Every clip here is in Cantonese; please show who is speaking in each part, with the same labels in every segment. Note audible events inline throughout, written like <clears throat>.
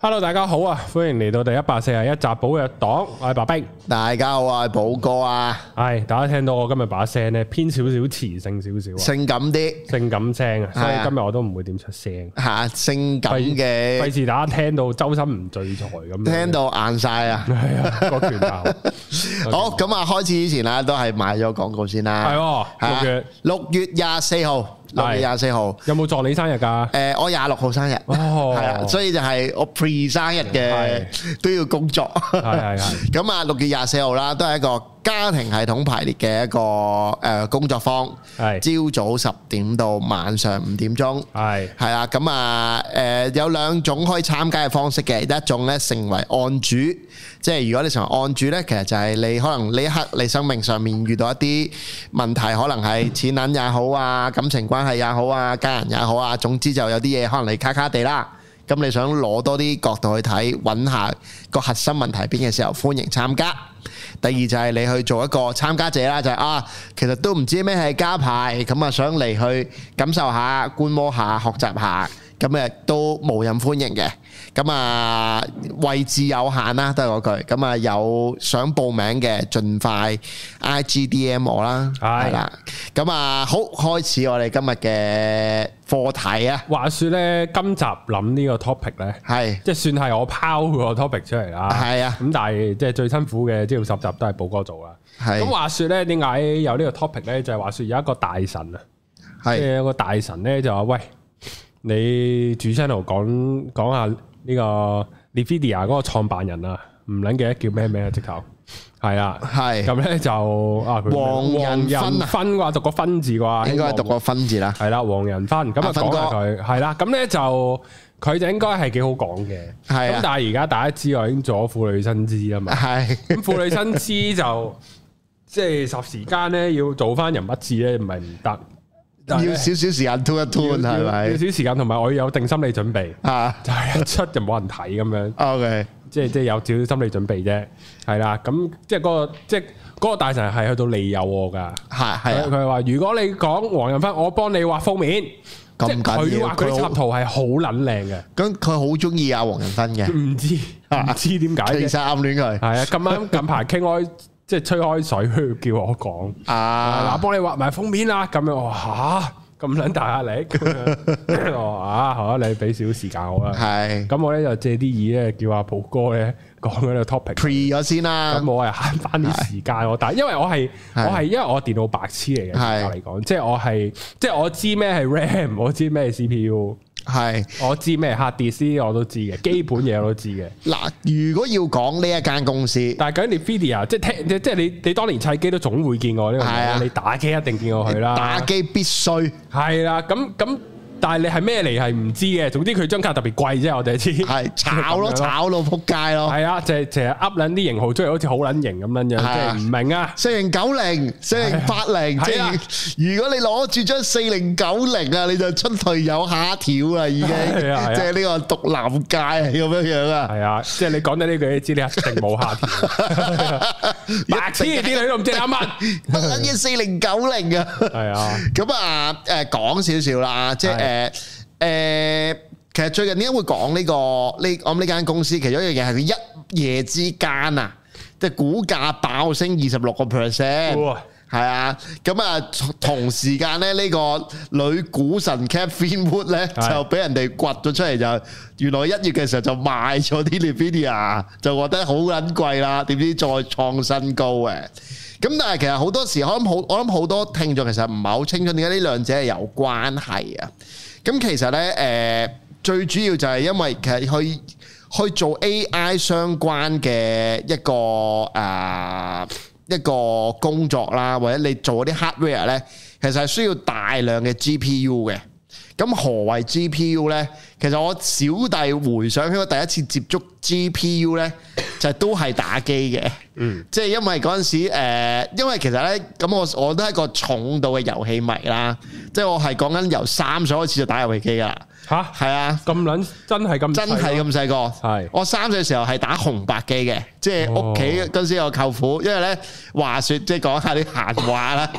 Speaker 1: Hello，大家好啊，歡迎嚟到第一百四十一集寶藥黨，我係白冰。
Speaker 2: 大家好啊，寶哥啊，
Speaker 1: 係大家聽到我今日把聲咧偏少少磁性少少
Speaker 2: <laughs>
Speaker 1: 啊，
Speaker 2: 性感啲
Speaker 1: 性感聲啊，所
Speaker 2: 係
Speaker 1: 以
Speaker 2: 啊
Speaker 1: 今日我都唔會點出聲，
Speaker 2: 吓、嚇性感
Speaker 1: 費
Speaker 2: 嘅，
Speaker 1: 事大家聽到周身唔聚財咁樣。
Speaker 2: 聽到硬
Speaker 1: <laughs>
Speaker 2: 晒啊！
Speaker 1: 係啊，個拳頭
Speaker 2: <laughs> 好，咁啊，開始之前啦，都係買咗廣告先啦。
Speaker 1: 係喎
Speaker 2: 嚇
Speaker 1: 六月
Speaker 2: 六月廿四號，六
Speaker 1: 係
Speaker 2: 月廿四號，
Speaker 1: 有冇撞你生日㗎？
Speaker 2: 诶、我廿六號生日，係
Speaker 1: 哦
Speaker 2: 啊，所以就係我 pre 生日嘅都要工作。
Speaker 1: 係係係
Speaker 2: <laughs> 咁啊，六月廿四號啦，都係一個家庭系統排列嘅一個诶、誒工作坊，
Speaker 1: 係
Speaker 2: 朝早十點到晚上五點鐘。
Speaker 1: 係
Speaker 2: 係啦，咁啊，誒、有兩種可以參加嘅方式嘅，一種咧成為案主，即係如果你成為案主咧，其實就係你可能呢一刻你生命上面遇到一啲問題，可能係錢銀也好啊，感情關係也好啊，家人也好啊，總之就有啲嘢可能你卡卡地啦。咁你想攞多啲角度去睇，揾下個核心問題邊嘅時候，歡迎參加。第二就係你去做一個參加者啦，就係、啊，其實都唔知咩係加牌，咁啊想嚟去感受下、觀摩下、學習下，咁誒都無任歡迎嘅。咁啊位置有限啦，都係嗰句。咁啊有想報名嘅，盡快 I G D M 我啦，
Speaker 1: 係
Speaker 2: 係啦。咁啊好，開始我哋今日嘅課題啊，
Speaker 1: 話說咧，今集諗呢個 topic 咧。
Speaker 2: 係
Speaker 1: 即係算係我拋個 topic 出嚟啦，
Speaker 2: 係啊
Speaker 1: 咁但係即係最辛苦嘅，即係十集都係寶哥做啦。啊咁
Speaker 2: 係
Speaker 1: 話說咧，點解有呢個 topic 咧？就係、話說有一個大神啊，即
Speaker 2: 係
Speaker 1: 係有個大神咧就話：喂，你主 channel 講講下呢個 Nvidia 嗰個創辦人啊，唔撚記得叫咩名啊，直頭係啊。
Speaker 2: 係，
Speaker 1: 咁咧就啊，佢
Speaker 2: 黃仁勳啊
Speaker 1: 黃仁勳啩，讀個分字啩，
Speaker 2: 應該係
Speaker 1: 希
Speaker 2: 讀
Speaker 1: 望
Speaker 2: 個分字啦，
Speaker 1: 係啦，黃仁勳咁啊，
Speaker 2: 阿勳
Speaker 1: 講下佢係啦，咁咧就佢就應該係幾好講嘅。
Speaker 2: 係
Speaker 1: 咁
Speaker 2: 啊
Speaker 1: 但係而家大家知我已經做咗婦女新知啊嘛。
Speaker 2: 係
Speaker 1: 咁婦女新知就即係霎時間咧，要做翻人物字咧，唔係唔得，但係呢
Speaker 2: 要少少時間 turn 一 turn
Speaker 1: 要要
Speaker 2: 係咪
Speaker 1: 少時間，同埋我要有定心理準備，
Speaker 2: 啊
Speaker 1: 就係一出就冇人睇咁樣，
Speaker 2: ？OK。
Speaker 1: 即係即係有少少心理準備啫，係啦。咁即係嗰個即係嗰個大神係去到利誘我㗎。
Speaker 2: 係係
Speaker 1: 佢
Speaker 2: 啊，
Speaker 1: 佢話：如果你講黃仁芬，我幫你畫封面，即係
Speaker 2: 咁緊
Speaker 1: 佢
Speaker 2: 要
Speaker 1: 畫嗰啲插圖係好撚靚嘅，
Speaker 2: 咁佢好中意阿黃仁勳嘅，
Speaker 1: 唔知唔知點解
Speaker 2: 啊其實
Speaker 1: 啫。
Speaker 2: 暗戀佢
Speaker 1: 係啊，咁啱近排傾開，即係吹開水， <laughs> 佢叫我講，嗱，
Speaker 2: 啊，
Speaker 1: 幫你畫埋封面啦。咁樣我話嚇咁撚大壓力，咁
Speaker 2: <laughs>
Speaker 1: 樣我話啊，好啦，你俾少時間我啦。
Speaker 2: 係
Speaker 1: 咁我咧就借啲意咧，叫阿寶哥咧講嗰個 topic。
Speaker 2: pre 咗先啦，
Speaker 1: 咁我係慳翻啲時間，我但係因為我係我
Speaker 2: 係
Speaker 1: 係因為我電腦白痴嚟嘅，
Speaker 2: 係
Speaker 1: 嚴格嚟講，即係我係即係我知咩係 RAM，我 <laughs> 知咩係 CPU，
Speaker 2: 係
Speaker 1: 我知咩係 hard disk，我都知嘅，基本嘢我都知嘅。
Speaker 2: 嗱，如果要講呢一間公司，
Speaker 1: 但係究竟 NVIDIA 即係聽即係你你當年砌機都總會見過呢個
Speaker 2: 係啊
Speaker 1: 名，你打機一定見過佢啦，
Speaker 2: 打機必須
Speaker 1: 係啦，咁咁但係你係咩嚟係唔知嘅，總之佢張卡特別貴啫，我哋知
Speaker 2: 係炒咯，
Speaker 1: <laughs> 咁樣
Speaker 2: 炒到撲街咯，
Speaker 1: 係啊，就係成日噏撚啲型號出嚟，好似好撚型咁撚樣，
Speaker 2: 係
Speaker 1: 即係
Speaker 2: 啊
Speaker 1: 唔明啊。
Speaker 2: 四零九零、四零八零，即
Speaker 1: 係啊
Speaker 2: 係如果你攞住張四零九零啊，你就出去有蝦條啦，已經，
Speaker 1: 係啊係啊
Speaker 2: 即係呢個獨男界係咁樣樣啊，
Speaker 1: 系啊，即系你講得呢句，你知你一定冇下
Speaker 2: <laughs>
Speaker 1: 調，白痴啲女都唔知你啱乜。
Speaker 2: 乜撚嘢四零九零啊？
Speaker 1: 係啊，
Speaker 2: 咁啊，誒講少少啦，即係誒誒，其實最近點解會講呢個呢？我諗呢間公司其中一樣嘢係佢一夜之間啊，即係股價爆升二十六個 percent
Speaker 1: 哇。
Speaker 2: 係啊，咁啊，同時間咧，呢個女股神 Catherine Wood 咧
Speaker 1: 係
Speaker 2: 就俾人哋掘咗出嚟，就原來一月嘅時候就賣咗啲 Nvidia，就 <laughs> 覺得好撚貴啦，點知再創新高嘅。咁但係其實好多時，我諗好，我諗好多聽眾其實唔係好清楚點解呢兩者係有關係啊。咁其實呢，誒、最主要就係因為其實去去做 AI 相關嘅一個誒、啊一個工作啦，或者你做嗰啲 hardware 呢，其實係需要大量嘅 GPU 嘅。咁何謂 GPU 呢？其實我小弟回想起我第一次接觸 GPU 呢，就係都係打機嘅。嗯，即係因為嗰陣時、呃、因為其實呢，咁我我都係一個重度嘅遊戲迷啦，即係我係講緊由三歲開始就打遊戲機噶啦，
Speaker 1: 吓
Speaker 2: 係啊。
Speaker 1: 咁撚真係咁細
Speaker 2: 真係咁細個，
Speaker 1: 係
Speaker 2: 我三歲嘅時候係打紅白機嘅，即係屋企嗰陣時我舅
Speaker 1: 哦
Speaker 2: 父，因為咧話説即係講下啲閒話啦，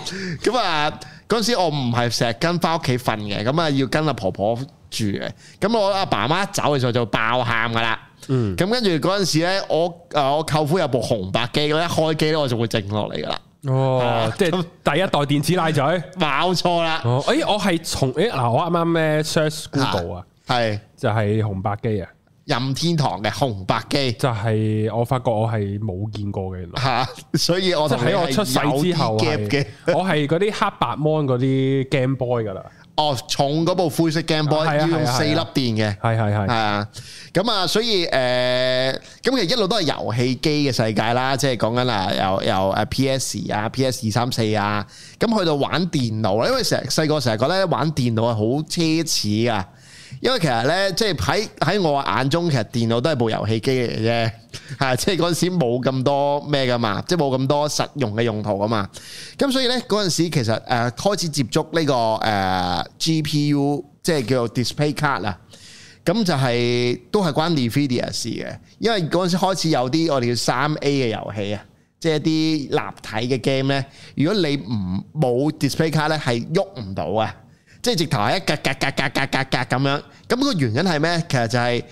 Speaker 2: 咁啊嗰陣時我唔係成日跟翻屋企瞓嘅，咁啊要跟阿婆婆住嘅，咁我阿爸媽一走嘅時候就爆喊噶啦。
Speaker 1: 嗯
Speaker 2: 咁跟住嗰陣時咧，我啊我舅父有部紅白機咧，一開機咧我就會靜落嚟噶啦， <laughs>
Speaker 1: 哦，即係第一代電子奶嘴。
Speaker 2: 冇錯啦，
Speaker 1: 哦，诶，我係從诶嗱，我啱啱咧 search Google 啊，
Speaker 2: 係
Speaker 1: 就係紅白機啊，
Speaker 2: 任天堂嘅紅白機
Speaker 1: 就係我發覺我係冇見過嘅，原來
Speaker 2: 嚇、啊所以我
Speaker 1: 即
Speaker 2: 同
Speaker 1: 係
Speaker 2: 你
Speaker 1: 喺我
Speaker 2: 係
Speaker 1: 出世之後
Speaker 2: 有啲 gap
Speaker 1: 係
Speaker 2: 嘅，，
Speaker 1: 我係嗰啲黑白 mon 嗰啲 Game Boy 噶啦，
Speaker 2: 哦重嗰部灰色 Game Boy
Speaker 1: 係啊係啊
Speaker 2: 要用
Speaker 1: 係啊
Speaker 2: 四粒電嘅。
Speaker 1: 係係
Speaker 2: 系
Speaker 1: 係，
Speaker 2: 啊，咁啊，所以诶，咁、其實一路都係遊戲機嘅世界啦， <laughs> 即係講緊啊，由由诶 PS 啊、PS 二三四啊，咁去到玩電腦啦，因為成日細個成日覺得玩電腦係好奢侈噶，因為其實咧，即係喺喺我眼中，其實電腦都係部遊戲機嚟嘅啫， <laughs> 吓，即係嗰阵时冇咁多咩噶嘛，即係冇咁多實用嘅用途噶嘛，咁所以咧嗰阵时其實诶、呃、开始接觸呢、個个呃 GPU，即係叫做 display card 啊。咁就係、都係關 NVIDIA 事嘅，因為嗰陣時開始有啲我哋叫三 A 嘅遊戲啊，即係啲立體嘅 game 咧。如果你唔冇 display 卡咧，係喐唔到啊！即係直頭係一格格格格格格格咁樣。咁、個原因係咩？其實就係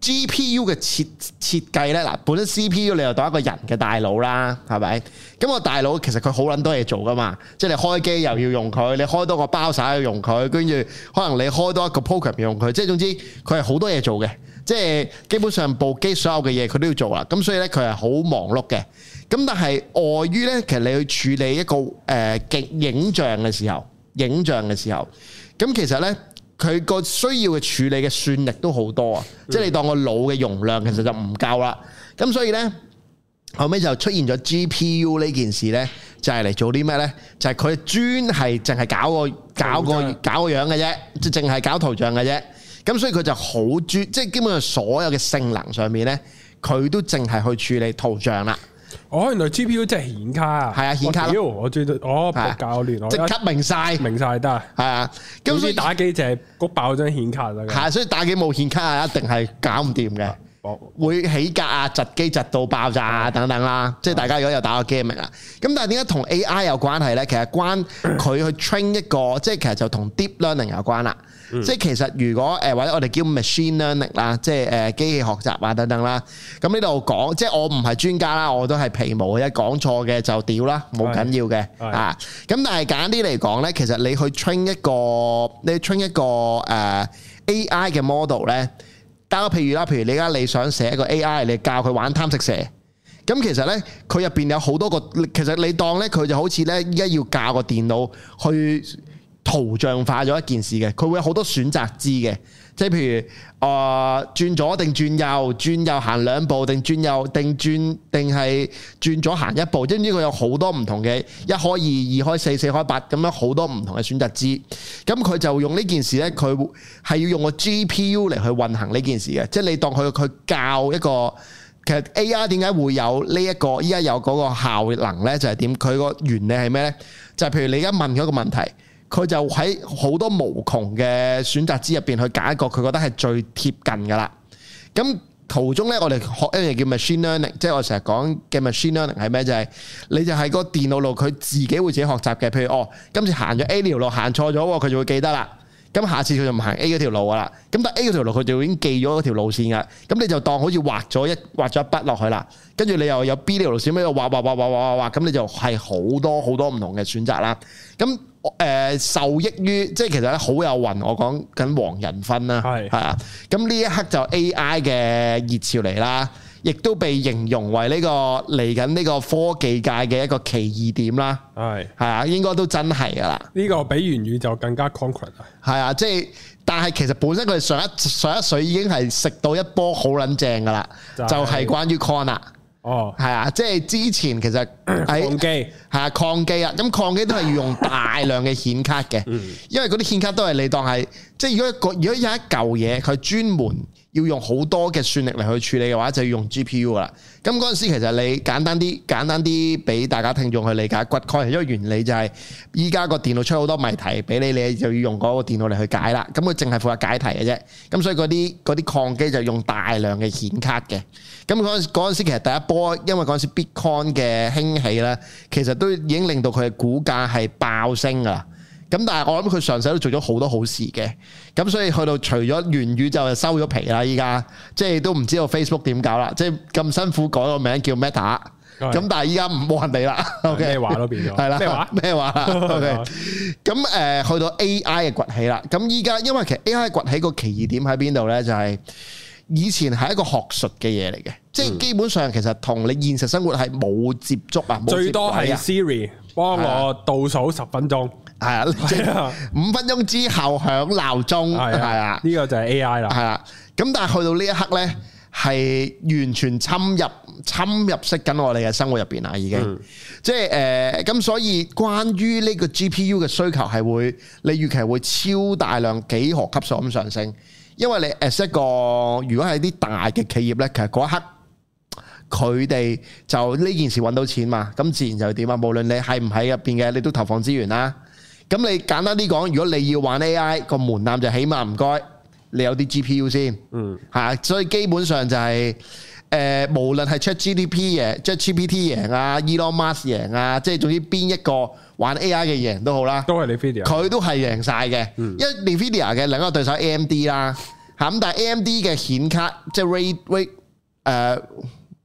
Speaker 2: GPU 嘅設設計咧。嗱，本身 CPU 你又當一個人嘅大腦啦，係咪？咁、個大腦其實佢好撚多嘢做噶嘛，即係你開機又要用佢，你開多個包晒要用佢，跟住可能你開多一個 program 要用佢，即係總之佢係好多嘢做嘅。即係基本上部機所有嘅嘢佢都要做啦，咁所以咧佢係好忙碌嘅。咁但係礙於咧，其實你去處理一個誒、呃、極影像嘅時候，影像嘅時候，咁其實咧佢個需要嘅處理嘅算力都好多啊，
Speaker 1: 嗯
Speaker 2: 即係你當個腦嘅容量其實就唔夠啦。咁所以咧。後尾就出現咗 GPU 呢件事呢，就係、嚟做啲咩呢？就係佢專係淨係搞個
Speaker 1: 圖
Speaker 2: 搞個
Speaker 1: 像
Speaker 2: 搞個樣嘅啫，即係淨係搞圖像嘅啫。咁所以佢就好專，即係基本上所有嘅性能上面呢，佢都淨係去處理圖像啦。
Speaker 1: 哦，原來 GPU 即係顯卡啊，
Speaker 2: 係啊顯卡咯
Speaker 1: 我屌，我最哦，
Speaker 2: 係
Speaker 1: 仆
Speaker 2: 啊
Speaker 1: 教練，
Speaker 2: 即
Speaker 1: 我
Speaker 2: 係吸明晒，
Speaker 1: 一明晒得啊，
Speaker 2: 係啊。
Speaker 1: 咁
Speaker 2: 咁所
Speaker 1: 所
Speaker 2: 以
Speaker 1: 以打機就係谷爆張顯卡得㗎，
Speaker 2: 係，所以打機冇顯卡係一定係搞唔掂嘅。
Speaker 1: 我
Speaker 2: 會起格啊、窒機窒到爆炸啊等等啦，即係大家如果有打過 game 明啦。咁但係點解同 AI 有關係呢？其實關佢去 train 一個，即係其實就同 deep learning 有關啦。即係其實如果誒、呃或者我哋叫 machine learning 啦，即係誒、呃、機器學習啊等等啦。咁呢度講，即係我唔係專家啦，我都係皮毛嘅啫，講錯嘅就屌啦，冇緊要嘅
Speaker 1: 係
Speaker 2: 啊。咁但係簡單啲嚟講呢，其實你去 train 一個，你 train 一個誒、呃 AI 嘅 model 呢。打個譬如啦，譬如你而家你想寫一個 AI，你教佢玩貪食蛇，咁其實呢，佢入邊有好多個，其實你當呢，佢就好似呢，依家要教個電腦去圖像化咗一件事嘅，佢會有好多選擇肢嘅，即係譬如啊、呃、轉左定轉右，轉右行兩步定轉右定轉定係轉左行一步，知唔知佢有好多唔同嘅一開二、二開四、四開八咁樣好多唔同嘅選擇肢。咁佢就用呢件事呢，佢係要用個 GPU 嚟去運行呢件事嘅，即係你當佢佢教一個。其實 AI 點解會有呢、一個依家有嗰個效能呢？就係點？佢個原理係咩呢？就係、譬如你而家問佢一個問題，佢就喺好多無窮嘅選擇肢入邊去揀一個佢覺得係最貼近噶啦。咁途中咧，我哋學一樣嘢叫 machine learning，即係我成日講嘅 machine learning 係咩？就係、你就係個電腦路，佢自己會自己學習嘅。譬如哦，今次行咗 A 條路行錯咗喎，佢就會記得啦。咁下次佢就唔行 A 嗰條路噶啦。咁但 A 嗰條路佢就已經記咗嗰條路線噶。咁你就當好似畫咗一畫咗一筆落去啦。跟住你又有 B 條路線，咩又畫畫畫畫畫畫畫，咁你就係好多好多唔同嘅選擇啦。咁誒、呃受益於即係其實咧好有運，我講緊黃仁勳啦，
Speaker 1: 係
Speaker 2: 係啊，咁呢一刻就 AI 嘅熱潮嚟啦，亦都被形容為呢、個嚟緊呢個科技界嘅一個奇異點啦，
Speaker 1: 係
Speaker 2: 係啊，應該都真係噶啦，
Speaker 1: 呢個比元宇宙更加 concrete 啊，
Speaker 2: 係啊，即係但係其實本身佢哋上一上一水已經係食到一波好撚正噶啦，就
Speaker 1: 就係
Speaker 2: 係關於 con 啦，
Speaker 1: 哦，
Speaker 2: 係啊，即係之
Speaker 1: <coughs>
Speaker 2: 前其實喺
Speaker 1: 放機。
Speaker 2: 係啊，礦機啊，咁礦機都係要用大量嘅顯卡嘅，因為嗰啲顯卡都係你當係，即係如果一個如果有一嚿嘢佢專門要用好多嘅算力嚟去處理嘅話，就要用 GPU 噶啦。咁嗰陣時其實你簡單啲，簡單啲俾大家聽眾去理解骨概，因為原理就係依家個電腦出好多謎題俾你，你就要用嗰個電腦嚟去解啦。咁佢淨係負責解題嘅啫，咁所以嗰啲嗰啲礦機就用大量嘅顯卡嘅。咁嗰陣嗰陣時其實第一波，因為嗰陣時 Bitcoin 嘅興起咧，其實都已經令到佢嘅股價係爆升噶啦。咁但係我諗佢上世都做咗好多好事嘅，咁所以去到除咗元宇宙就收咗皮啦，依家即係都唔知道 Facebook 點搞啦，即係咁辛苦改個名叫 Meta，
Speaker 1: 係
Speaker 2: 咁但係依家唔冇人理啦，OK，
Speaker 1: 咩話咯變咗
Speaker 2: 係啦，
Speaker 1: 咩話 <laughs>
Speaker 2: 咩話啦，OK，咁誒去到 AI 嘅崛起啦，咁依家因為其實 AI 崛起個奇異點喺邊度咧，就係、以前係一個學術嘅嘢嚟嘅，即
Speaker 1: 嗯
Speaker 2: 係基本上其實同你現實生活係冇接觸啊，冇接軌啊
Speaker 1: 最多係 Siri 幫我倒數十分鐘，
Speaker 2: 係啊，
Speaker 1: <laughs>
Speaker 2: 即
Speaker 1: 係
Speaker 2: 係
Speaker 1: 啊
Speaker 2: 五分鐘之後響鬧鐘，
Speaker 1: 係
Speaker 2: 係
Speaker 1: 啊
Speaker 2: 啊，，
Speaker 1: 呢個就係 AI 啦，
Speaker 2: 係啦。咁但係去到呢一刻咧，係完全侵入、侵入式緊我哋嘅生活入邊啦，已經。即係誒，咁、所以關於呢個 GPU 嘅需求係會，你預期會超大量幾何級數咁上升，因為你 as 一個如果係啲大嘅企業咧，其實嗰一刻。佢哋就呢件事揾到錢嘛，咁自然就點啊？無論你係唔喺入邊嘅，你都投放資源啦。咁你簡單啲講，如果你要玩 AI 個門檻就起碼唔該，你有啲 GPU 先，嗯，嚇、所以基本上就係、誒、無論係 ChatGDP 贏、ChatGPT 贏啊、Elon Musk 贏啊，即係總之邊一個玩 AI 嘅贏都好啦。
Speaker 1: 都係你 video。
Speaker 2: 佢都係贏晒嘅，因為 Nvidia 嘅另一個對手 AMD 啦，嚇咁但係 AMD 嘅顯卡即係 Ray Ray 誒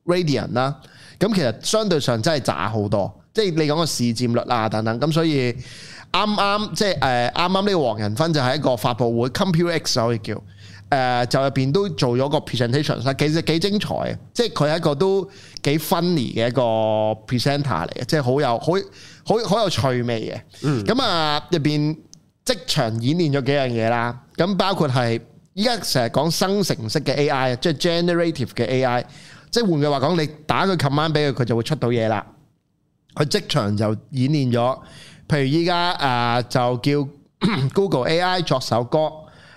Speaker 2: Radian 啦，咁其實相對上真係渣好多，即係你講個市佔率啊等等，咁所以啱啱即係誒啱啱呢個黃仁勳就係一個發佈會 ComputeX 可以叫。誒、就入邊都做咗個 presentation 啦，其實幾精彩嘅，即係佢係一個都幾 funny 嘅一個 presenter 嚟嘅，即係好有好好好有趣味嘅。咁啊、入邊即場演練咗幾樣嘢啦，咁包括係依家成日講生成式嘅 AI，即係 generative 嘅 AI，即係換句話講，你打佢 command 俾佢，佢就會出到嘢啦。佢即場就演練咗，譬如依家啊就叫 <clears throat> Google AI 作首歌，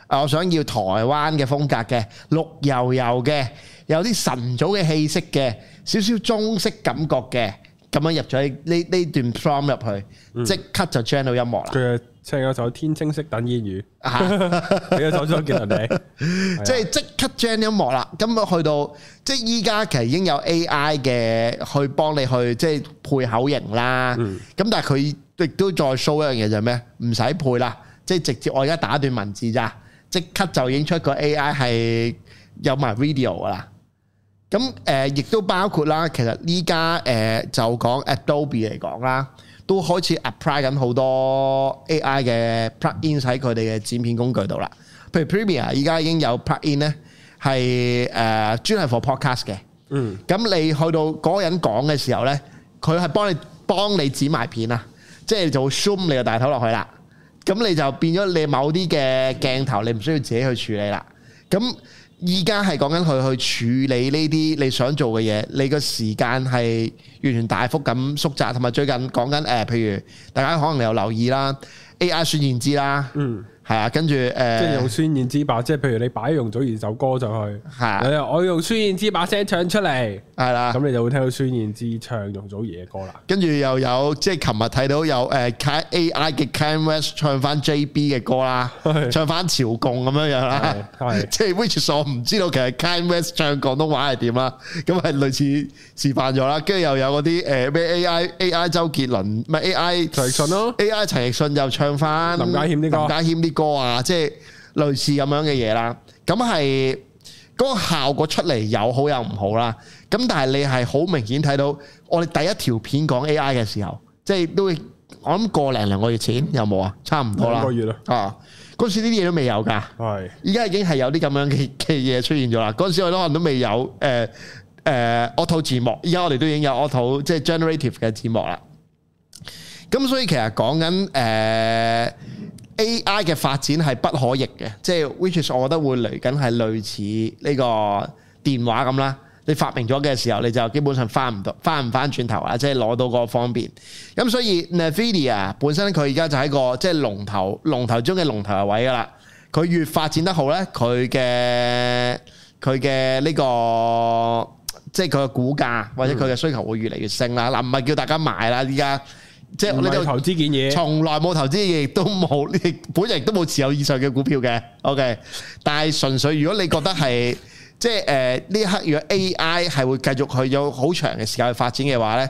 Speaker 2: 啊我想要台灣嘅風格嘅，綠油油嘅，有啲晨早嘅氣息嘅，少少中式感覺嘅，咁樣入咗呢呢呢段 prompt 入去，即刻就 generate 到音樂啦。
Speaker 1: 佢唱咗首《天青色等煙雨
Speaker 2: 啊》，
Speaker 1: 俾咗首張見人哋，
Speaker 2: 即係即刻將音樂啦，咁啊去到即係依家其實已經有 AI 嘅去幫你去即係配口型啦。咁、但係佢亦都再 show 一樣嘢就係咩？唔使配啦，即係直接我而家打段文字咋，即刻就已經出個 AI 係有埋 video 噶啦。咁誒、呃亦都包括啦，其實依家誒就講 Adobe 嚟講啦，都開始 apply 緊好多 AI 嘅 plugin 喺佢哋嘅剪片工具度啦。譬如 Premiere 依家已經有 plugin 咧，係誒、呃專係 for podcast 嘅。
Speaker 1: 嗯，
Speaker 2: 咁你去到嗰個人講嘅時候咧，佢係幫你幫你剪埋片啊，即係就會 zoom 你個大頭落去啦。咁你就變咗你某啲嘅鏡頭，你唔需要自己去處理啦。咁依家係講緊佢去處理呢啲你想做嘅嘢，你個時間係完全大幅咁縮窄，同埋最近講緊誒，譬如大家可能有留意啦，AI 孫燕姿啦，
Speaker 1: 嗯，
Speaker 2: 係啊，跟住誒，
Speaker 1: 即係用孫燕姿把，即係譬如你擺容祖兒首歌上去，
Speaker 2: 係啊
Speaker 1: 你話我用孫燕姿把聲唱出嚟，
Speaker 2: 係啦。
Speaker 1: 咁你就會聽到孫燕姿唱容祖兒嘅歌啦。
Speaker 2: 跟住又有即係琴日睇到有誒、呃 Ka- AI 嘅 Kanye West 唱翻 JB 嘅歌啦，唱翻朝共咁樣樣啦
Speaker 1: 係，係
Speaker 2: <laughs> 即係 which is 我唔知道其實 Kanye West 唱廣東話係點啦，咁係類似示範咗啦，跟住又有嗰啲誒呃咩 AI AI 周杰倫唔係 AI
Speaker 1: 陳奕迅咯
Speaker 2: AI 陳奕迅又唱翻
Speaker 1: 林家謙啲歌
Speaker 2: 林家謙啲歌啊，即係類似咁樣嘅嘢啦，咁係。嗰個效果出嚟有好有唔好啦。咁但係你係好明顯睇到，我哋第一條片講 AI 嘅時候，即係都會我諗個零兩個月前有冇啊？差唔多啦，
Speaker 1: 兩個月啦。
Speaker 2: 啊，嗰時呢啲嘢都未有㗎，
Speaker 1: 係
Speaker 2: 而家已經係有啲咁樣嘅 <laughs> 嘅嘢出現咗啦。嗰陣時我哋可能都未有誒誒、auto 字幕，而家我哋都已經有 auto 即係 generative 嘅字幕啦。咁所以其實講緊誒 AI 嘅發展係不可逆嘅，即係 which is 我覺得會嚟緊係類似呢個電話咁啦。你發明咗嘅時候，你就基本上翻唔到，翻唔翻轉頭啊！即係攞到嗰個方便。咁所以 NVIDIA 本身佢而家就喺個即係龍頭，龍頭中嘅龍頭位噶啦。佢越發展得好呢，佢嘅佢嘅呢個即係佢嘅股價或者佢嘅需求會越嚟越升啦。嗱、唔係叫大家買啦，依家即係
Speaker 1: 唔
Speaker 2: 我哋
Speaker 1: 係
Speaker 2: 就
Speaker 1: 投資建議？
Speaker 2: 從來冇投資，亦都冇，亦本人亦都冇持有以上嘅股票嘅。OK，但係純粹如果你覺得係 <laughs> 即係誒呢一刻，如果 AI 係會繼續去有好長嘅時間去發展嘅話呢，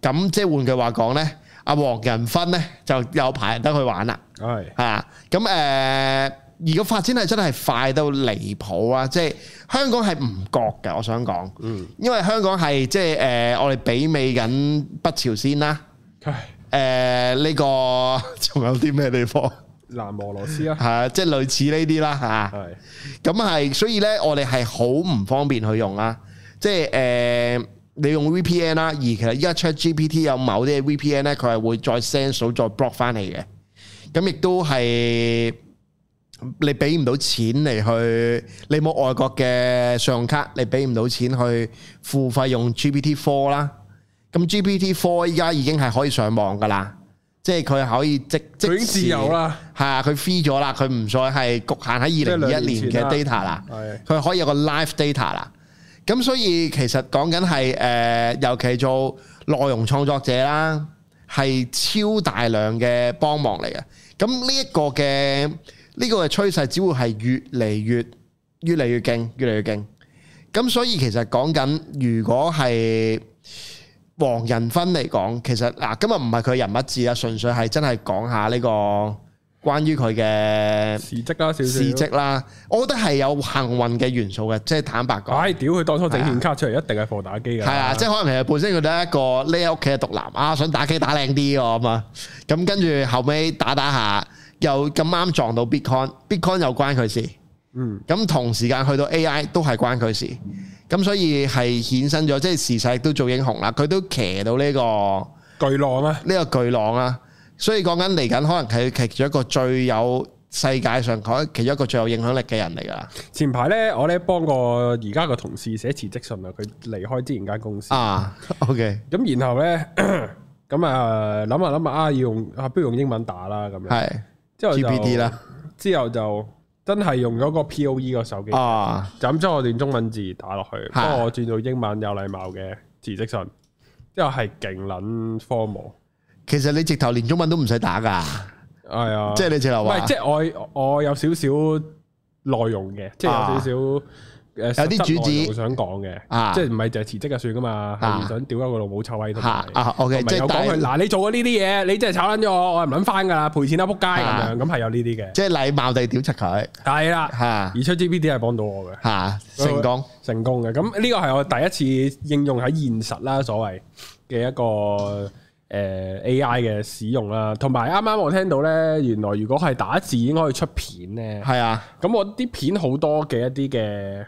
Speaker 2: 咁即係換句話講呢，阿黃仁勳呢就有排得去玩啦。
Speaker 1: 係
Speaker 2: 啊，咁誒、呃而個發展係真係快到離譜啊！即係香港係唔覺嘅，我想講，嗯，因為香港係即係誒、呃我哋媲美緊北朝鮮啦，
Speaker 1: 唉
Speaker 2: 誒、呃呢、個 <laughs> 仲有啲咩地方 <laughs>
Speaker 1: 南俄羅斯啊，
Speaker 2: 係啊即係類似呢啲啦嚇。
Speaker 1: 係
Speaker 2: 咁係，所以咧，我哋係好唔方便去用啦。即係誒、呃你用 VPN 啦，而其實依家 ChatGPT 有某啲嘅 VPN 咧，佢係會再 send 數再 block 翻你嘅。咁亦都係你俾唔到錢嚟去，你冇外國嘅信用卡，你俾唔到錢去付費用 GPT Four 啦。咁 GPT Four 依家已經係可以上網噶啦，即係佢可以即即
Speaker 1: 佢已經自由啦。
Speaker 2: 係啊，佢 free 咗啦，佢唔再係局限喺二零二一年啊嘅 data 啦，
Speaker 1: 係
Speaker 2: 佢可以有個 live data 啦。咁所以其實講緊係誒，尤其做內容創作者啦，係超大量嘅幫忙嚟嘅。咁呢一個嘅呢、個嘅趨勢，只會係越嚟越越嚟越勁，越嚟越勁。咁所以其實講緊，如果係黃仁勳嚟講，其實嗱、今日唔係佢人物志啊，純粹係真係講下呢個關於佢嘅
Speaker 1: 辭職啦，少少
Speaker 2: 事蹟哎啦。我覺得係有幸運嘅元素嘅，即係坦白講，
Speaker 1: 唉，屌佢當初整顯卡出嚟，一定係放打機㗎。
Speaker 2: 係啊，即係可能其實本身佢都係一個匿喺屋企嘅獨男啊，想打機打靚啲喎咁啊，咁跟住後尾打打下，又咁啱撞到 Bitcoin，Bitcoin 又關佢事。
Speaker 1: 嗯，
Speaker 2: 咁同時間去到 AI 都係關佢事，咁所以係衍生咗，即係時勢都做英雄啦。佢都騎到呢、個
Speaker 1: 巨浪啊，
Speaker 2: 呢、個巨浪啦，所以講緊嚟緊可能係其中一個最有世界上可其中一個最有影響力嘅人嚟㗎啦。
Speaker 1: 前排咧，我咧幫個而家個同事寫辭職信啊，佢離開之前間公司。
Speaker 2: 啊，OK，
Speaker 1: 咁然後咧， <clears throat> 咁啊諗下諗下啊，要用啊不如用英文打啦咁樣。
Speaker 2: 係
Speaker 1: 之後就
Speaker 2: GPT 啦，
Speaker 1: 之後就真係用咗個 POE 個手機，
Speaker 2: 啊，
Speaker 1: 就咁將我段中文字打落去，不
Speaker 2: 嚇
Speaker 1: 過我轉到英文有禮貌嘅辭職信，之後係勁撚 formal。
Speaker 2: 其實你直頭連中文都唔使打㗎，
Speaker 1: 係啊，
Speaker 2: 即係你直頭
Speaker 1: 唔
Speaker 2: 話
Speaker 1: 係，即係我我有少少內容嘅，即係有少少誒
Speaker 2: 啊有啲主旨
Speaker 1: 想講嘅，
Speaker 2: 啊
Speaker 1: 即係唔係就係辭職就算噶嘛，
Speaker 2: 啊
Speaker 1: 係想屌一個老母臭閪同
Speaker 2: 嚇
Speaker 1: 埋
Speaker 2: 啊，OK，
Speaker 1: 同埋
Speaker 2: 即
Speaker 1: 有
Speaker 2: 係
Speaker 1: 講佢
Speaker 2: 但
Speaker 1: 嗱你做咗呢啲嘢，你真係炒撚咗我，我係唔撚翻噶啦，賠錢啦撲街咁
Speaker 2: 啊
Speaker 1: 樣，咁係有呢啲嘅，
Speaker 2: 即係禮貌地屌柒佢
Speaker 1: 係啦，
Speaker 2: 嚇
Speaker 1: 而出 GPT 係幫到我嘅。
Speaker 2: 嚇成功
Speaker 1: 成功嘅，咁呢個係我第一次應用喺現實啦，所謂嘅一個誒、呃 AI 嘅使用啦，同埋啱啱我聽到呢，原來如果係打字已經可以出片呢。
Speaker 2: 係啊，
Speaker 1: 咁我啲片好多嘅一啲嘅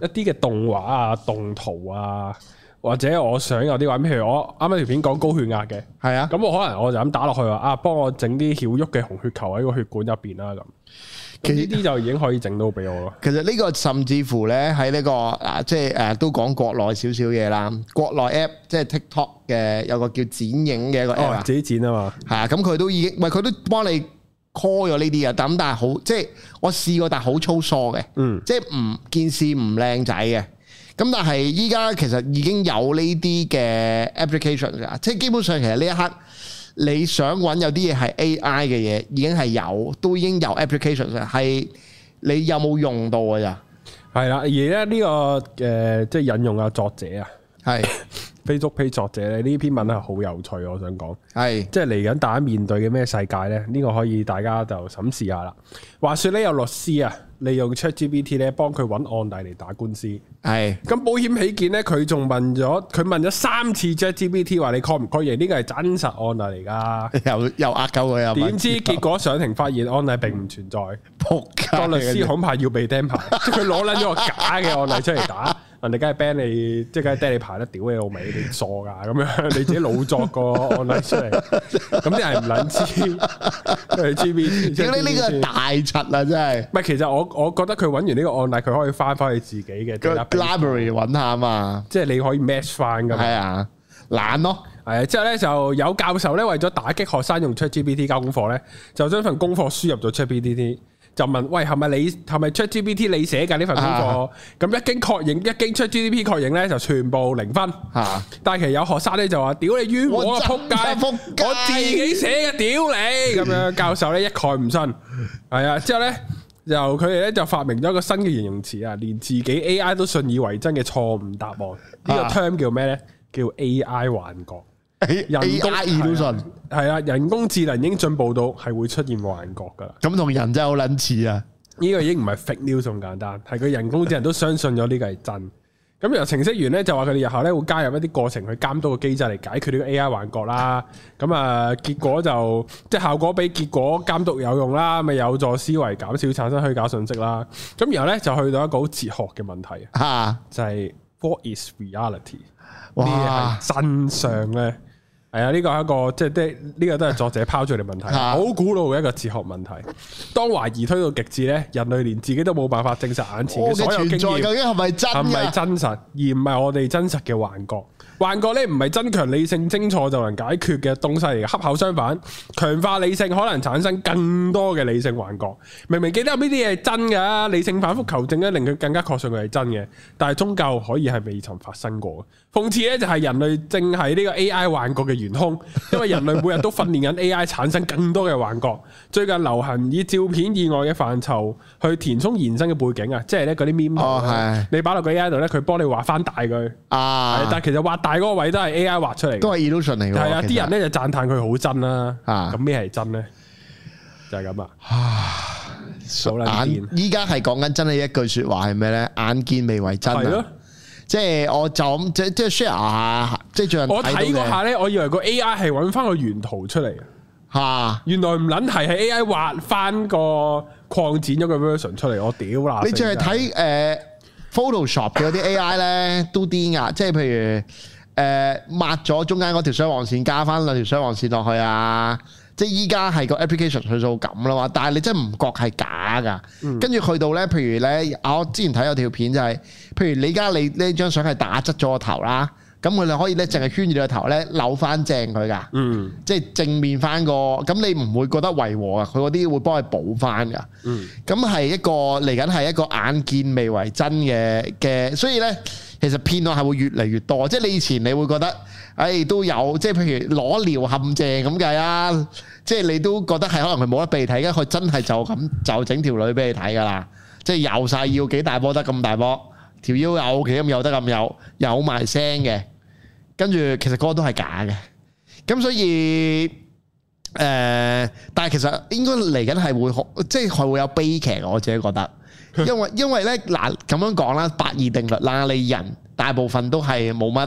Speaker 1: 一啲嘅動畫啊、動圖啊，或者我想有啲畫面，譬如我啱啱條片講高血壓嘅，
Speaker 2: 係啊。
Speaker 1: <laughs> 咁我可能我就咁打落去話啊，幫我整啲曉喐嘅紅血球喺個血管入邊啦咁。咁呢啲就已經可以整到俾我咯。
Speaker 2: 其實呢個甚至乎咧喺呢個啊，即係誒都講國內少少嘢啦。國內 app 即係 TikTok 嘅有個叫剪影嘅一個 app
Speaker 1: 哦
Speaker 2: 啊，，
Speaker 1: 自己剪啊嘛，
Speaker 2: 係啊，咁佢都已經，喂佢都幫你 call 咗呢啲啊。咁但係好即係我試過，但係好粗疏嘅，
Speaker 1: 嗯，
Speaker 2: 即係唔件事唔靚仔嘅。咁但係依家其實已經有呢啲嘅 application 㗎，即係基本上其實呢一刻你想揾有啲嘢係 AI 嘅嘢，已經係有，都已經有 application 啦，係你有冇用到㗎咋？
Speaker 1: 係啦。而咧呢、個誒、呃即係引用啊作者啊
Speaker 2: 係。
Speaker 1: ，Facebook page 作者咧呢篇文係好有趣，我想講。
Speaker 2: 係
Speaker 1: 即係嚟緊大家面對嘅咩世界呢？呢、個可以大家就審視下啦。話說呢，有律師啊，利用 ChatGPT 咧幫佢揾案例嚟打官司。 <laughs>
Speaker 2: 係
Speaker 1: 咁保險起見呢，佢仲問咗佢問咗三次 ChatGPT 話你確唔確認？呢個係真實案例嚟㗎。
Speaker 2: 又又呃鳩佢又
Speaker 1: 點知結果上庭發現案例並唔存
Speaker 2: <laughs>
Speaker 1: 在，
Speaker 2: 仆街
Speaker 1: 個律師
Speaker 2: 好
Speaker 1: 恐怕要被釘牌， <laughs> 即係佢攞撚咗個假嘅案例出嚟打， <laughs> 人哋梗係 ban 你，即係梗係釘你牌啦，屌你老味，你傻㗎咁樣， <laughs> 你自己老作個案例出
Speaker 2: <laughs>
Speaker 1: 嚟，咁啲人唔撚知，佢 G B，
Speaker 2: 屌你呢個係大柒啊真
Speaker 1: 唔係，其實我我覺得佢揾完呢個案例，佢可以翻返去自己嘅
Speaker 2: 係個
Speaker 1: database，
Speaker 2: library 揾下嘛，
Speaker 1: 即係你可以 match 翻㗎嘛。
Speaker 2: 係啊懶咯，
Speaker 1: 係啊，之後咧就有教授咧為咗打擊學生用 ChatGPT 交功課咧，就將份功課輸入咗 ChatGPT，就問喂係咪你係咪 ChatGPT 你寫㗎呢份功課
Speaker 2: 啊？
Speaker 1: 咁、一經確認，一經 ChatGPT 確認咧就全部零分。
Speaker 2: 嚇
Speaker 1: 但係其實有學生咧就話：屌你冤枉啊！
Speaker 2: 我真
Speaker 1: 仆
Speaker 2: 係
Speaker 1: 街，
Speaker 2: 仆街
Speaker 1: 我自己寫嘅，屌你咁樣。教授咧一概唔信，係啊。之後咧就佢哋咧就發明咗一個新嘅形容詞啊，連自己 AI 都信以為真嘅錯誤答案。呢個
Speaker 2: 啊
Speaker 1: term 叫咩咧？叫 AI 幻覺。
Speaker 2: A-
Speaker 1: <laughs> 人工
Speaker 2: AI illusion，
Speaker 1: 係啊，人工智能已經進步到係會出現幻覺㗎啦。
Speaker 2: 咁同人真係好撚似啊！
Speaker 1: 呢個已經唔係 fake news 咁簡單，係佢人工智能都相信咗呢個係真。咁由程式員咧就話佢哋日後咧會加入一啲過程去監督個機制嚟解決呢個 AI 幻覺啦。咁啊，結果就即係效果比結果監督有用啦，咪有助思維減少產生虛假信息啦。咁然後咧就去到一個好哲學嘅問題，啊
Speaker 2: 吓，
Speaker 1: 就係、What is reality？咩啊
Speaker 2: 哇！
Speaker 1: 係真相咧？係啊，呢個係一個即係即係呢個都係作者拋出嚟問題，
Speaker 2: 啊
Speaker 1: 好古老嘅一個哲學問題。當懷疑推到極致咧，人類連自己都冇辦法證實眼前
Speaker 2: 我
Speaker 1: 嘅
Speaker 2: 嘅
Speaker 1: 所有
Speaker 2: 存在
Speaker 1: 經驗
Speaker 2: 究竟係咪真
Speaker 1: 係咪
Speaker 2: 嘅？
Speaker 1: 真實，而唔係我哋真實嘅幻覺。幻覺咧唔係增強理性精錯就能解決嘅東西嚟嘅，恰巧相反，強化理性可能產生更多嘅理性幻覺。明明記得有呢啲嘢係真㗎，理性反覆求證咧，令佢更加確信佢係真嘅，但係終究可以係未曾發生過嘅。諷刺咧就係人類正係呢個 AI 幻覺嘅元兇， <laughs> 因為人類每日都訓練緊 AI 產生更多嘅幻覺。最近流行以照片以外嘅範疇去填充延伸嘅背景啊，即係咧嗰啲 meme 圖
Speaker 2: 哦係
Speaker 1: 你擺落個 AI 度咧，佢幫你畫翻大佢，係但
Speaker 2: 啊，
Speaker 1: 係其實畫大嗰個位都係 AI 畫出嚟嘅，
Speaker 2: 都係 illusion 嚟嘅喎。
Speaker 1: 係啊！
Speaker 2: 其
Speaker 1: 啲人
Speaker 2: 實
Speaker 1: 咧就讚歎佢好真啦，
Speaker 2: 啊
Speaker 1: 咁咩係真咧？就係咁啊！好啦，
Speaker 2: 眼
Speaker 1: 見
Speaker 2: 依家係講緊真係一句说話係咩咧？眼見未為真
Speaker 1: 係
Speaker 2: 啊
Speaker 1: 咯！，
Speaker 2: 即係我就咁即即係 share 下，即係最近
Speaker 1: 我睇
Speaker 2: 到
Speaker 1: 嗰
Speaker 2: 嘅
Speaker 1: 下咧，我以為個 AI 係揾翻個原圖出嚟，啊
Speaker 2: 吓。
Speaker 1: 原來唔撚係，係 AI 畫翻個擴展咗個 version 出嚟，我屌啦！
Speaker 2: 你淨係睇诶 Photoshop 嘅嗰啲 AI 咧都癲噶，即係譬如诶抹咗中間嗰條雙黃線，加翻兩條雙黃線落去啊！即係依家係個 application 去到咁啦嘛，但係你真係唔覺係假噶。跟住去到咧，譬如咧，啊我之前睇有條片就係、譬如你而家你呢張相係打側咗個頭啦，咁佢哋可以咧淨係圈住你個頭咧扭翻正佢㗎。
Speaker 1: 嗯
Speaker 2: 即係正面翻個，咁你唔會覺得違和啊？佢嗰啲會幫你補翻噶。
Speaker 1: 嗯，
Speaker 2: 咁係一個嚟緊係一個眼見未為真嘅嘅，所以呢，其實騙案係會越嚟越多。即係你以前你會覺得，誒、都有，即係譬如裸聊陷阱咁計啊，即係你都覺得係可能佢冇得俾你睇，而家佢真係就咁就整條女俾你睇㗎啦，即係有晒要幾大波得咁大波，條腰有幾咁有得咁有，有埋聲嘅，跟住其實嗰個都係假嘅。咁所以誒、呃但係其實應該嚟緊係會好，即係係會有悲劇嘅，我自己覺得，因為因為咧嗱咁樣講啦，八二定律啦，你人大部分都係冇乜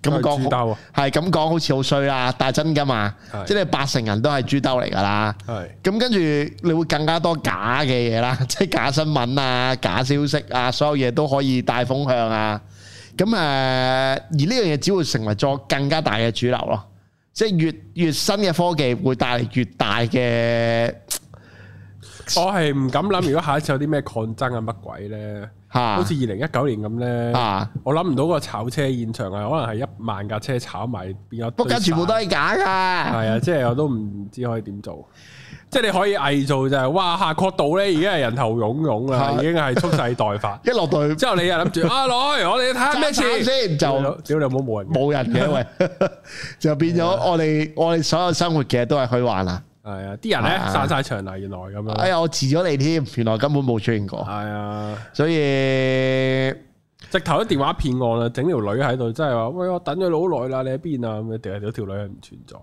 Speaker 2: 咁
Speaker 1: 都係豬
Speaker 2: 講
Speaker 1: 兜
Speaker 2: 好
Speaker 1: 啊，
Speaker 2: 係咁講好似好衰啦，但係真噶嘛
Speaker 1: 係，
Speaker 2: 即係你八成人都係豬兜嚟㗎啦。
Speaker 1: 係
Speaker 2: 咁跟住你會更加多假嘅嘢啦， <laughs> 即係假新聞啊、假消息啊，所有嘢都可以帶風向啊。咁誒、呃而呢樣嘢只會成為咗更加大嘅主流咯。即係越越新嘅科技會帶嚟越大嘅
Speaker 1: 我係唔敢諗，如果下一次有啲咩抗爭啊乜鬼咧，
Speaker 2: 嚇
Speaker 1: 好似二零一九年咁咧。
Speaker 2: 嚇，
Speaker 1: 我諗唔到個炒車現場係可能係一萬架車炒埋變咗，
Speaker 2: 不過全部都係假㗎。
Speaker 1: 係啊！即係我都唔知可以點做，即係你可以偽造就係哇下確度咧已經係人頭湧湧啦，
Speaker 2: 係
Speaker 1: 已經係蓄勢待
Speaker 2: <laughs>
Speaker 1: 發。
Speaker 2: 一落到去
Speaker 1: 之後你又諗住啊來，我哋睇下咩
Speaker 2: 爭
Speaker 1: 事
Speaker 2: 先就
Speaker 1: 屌你老母冇人嘅，
Speaker 2: 冇人嘅喂，
Speaker 1: <laughs>
Speaker 2: <laughs> 就變咗
Speaker 1: 啊
Speaker 2: 我哋我哋所有生活嘅都係虛幻啦。
Speaker 1: 係啊！啲人咧
Speaker 2: 啊
Speaker 1: 散晒場嚟，原來咁樣，
Speaker 2: 哎
Speaker 1: 係
Speaker 2: 呀，我遲咗你添，原來根本冇出現過，
Speaker 1: 啊！
Speaker 2: 所以。
Speaker 1: 直頭啲電話騙案啦，整條女喺度真係話喂我等咗你好耐啦，你喺邊啊？咁樣定係條女係唔存在？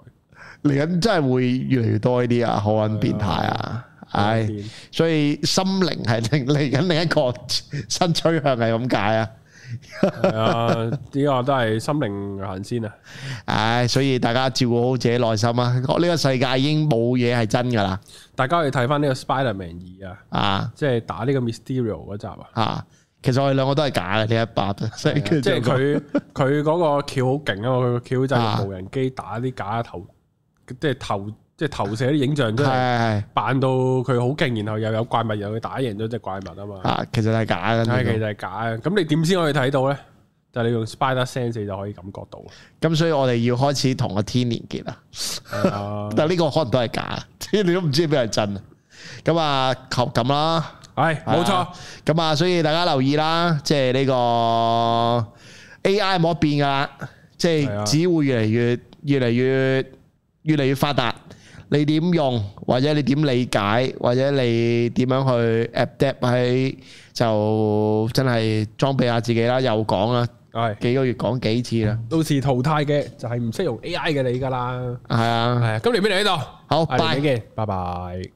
Speaker 2: 嚟緊真係會越嚟越多呢啲啊，好撚變態啊！唉，所以心靈係另嚟緊另一 <laughs> 個新趨向係咁解啊！
Speaker 1: 係啊！呢個都係心靈行先啊！
Speaker 2: 唉，所以大家照顧好自己內心啊！我呢個世界已經冇嘢係真㗎啦，
Speaker 1: 大家可以睇翻呢個 Spiderman 二啊，
Speaker 2: 啊
Speaker 1: 即係打呢個 Mysterio 嗰集啊，
Speaker 2: 啊！其實我哋兩個都係假嘅呢一把，所以
Speaker 1: 即係佢 <laughs> 佢嗰個橋好勁啊嘛，佢個橋就係
Speaker 2: 啊
Speaker 1: 用無人機打啲假嘅頭，即係投即係投射啲影像出
Speaker 2: 係啊
Speaker 1: 嚟，
Speaker 2: 係
Speaker 1: 扮到佢好勁，然後又有怪物，又去打贏咗只怪物啊嘛，
Speaker 2: 啊，其實係假嘅
Speaker 1: 係其
Speaker 2: 呢
Speaker 1: 實係假嘅。咁你點先可以睇到咧？就係你用 Spider Sense 就可以感覺
Speaker 2: <laughs>
Speaker 1: 到。
Speaker 2: 個。咁所以我哋要開始同個天連結啦。
Speaker 1: 係啊
Speaker 2: 但係呢個可能都係假， <laughs> 即係你都唔知邊係真啊！咁啊，求咁啦。
Speaker 1: 係冇錯，
Speaker 2: 咁啊，所以大家留意啦，即係呢個 AI 冇得變噶啦，即
Speaker 1: 係啊
Speaker 2: 係只會越嚟越、越嚟越、越嚟越發達。你點用，或者你點理解，或者你點樣去 adapt 喺，就真係裝備下自己啦。又講啊，
Speaker 1: 係
Speaker 2: 幾個月講幾次啦，
Speaker 1: 到時淘汰嘅就係唔識用 AI 嘅你㗎啦。
Speaker 2: 係啊，
Speaker 1: 係啊，今年俾你喺度，
Speaker 2: 好
Speaker 1: 我哋
Speaker 2: 拜
Speaker 1: 再見，拜拜。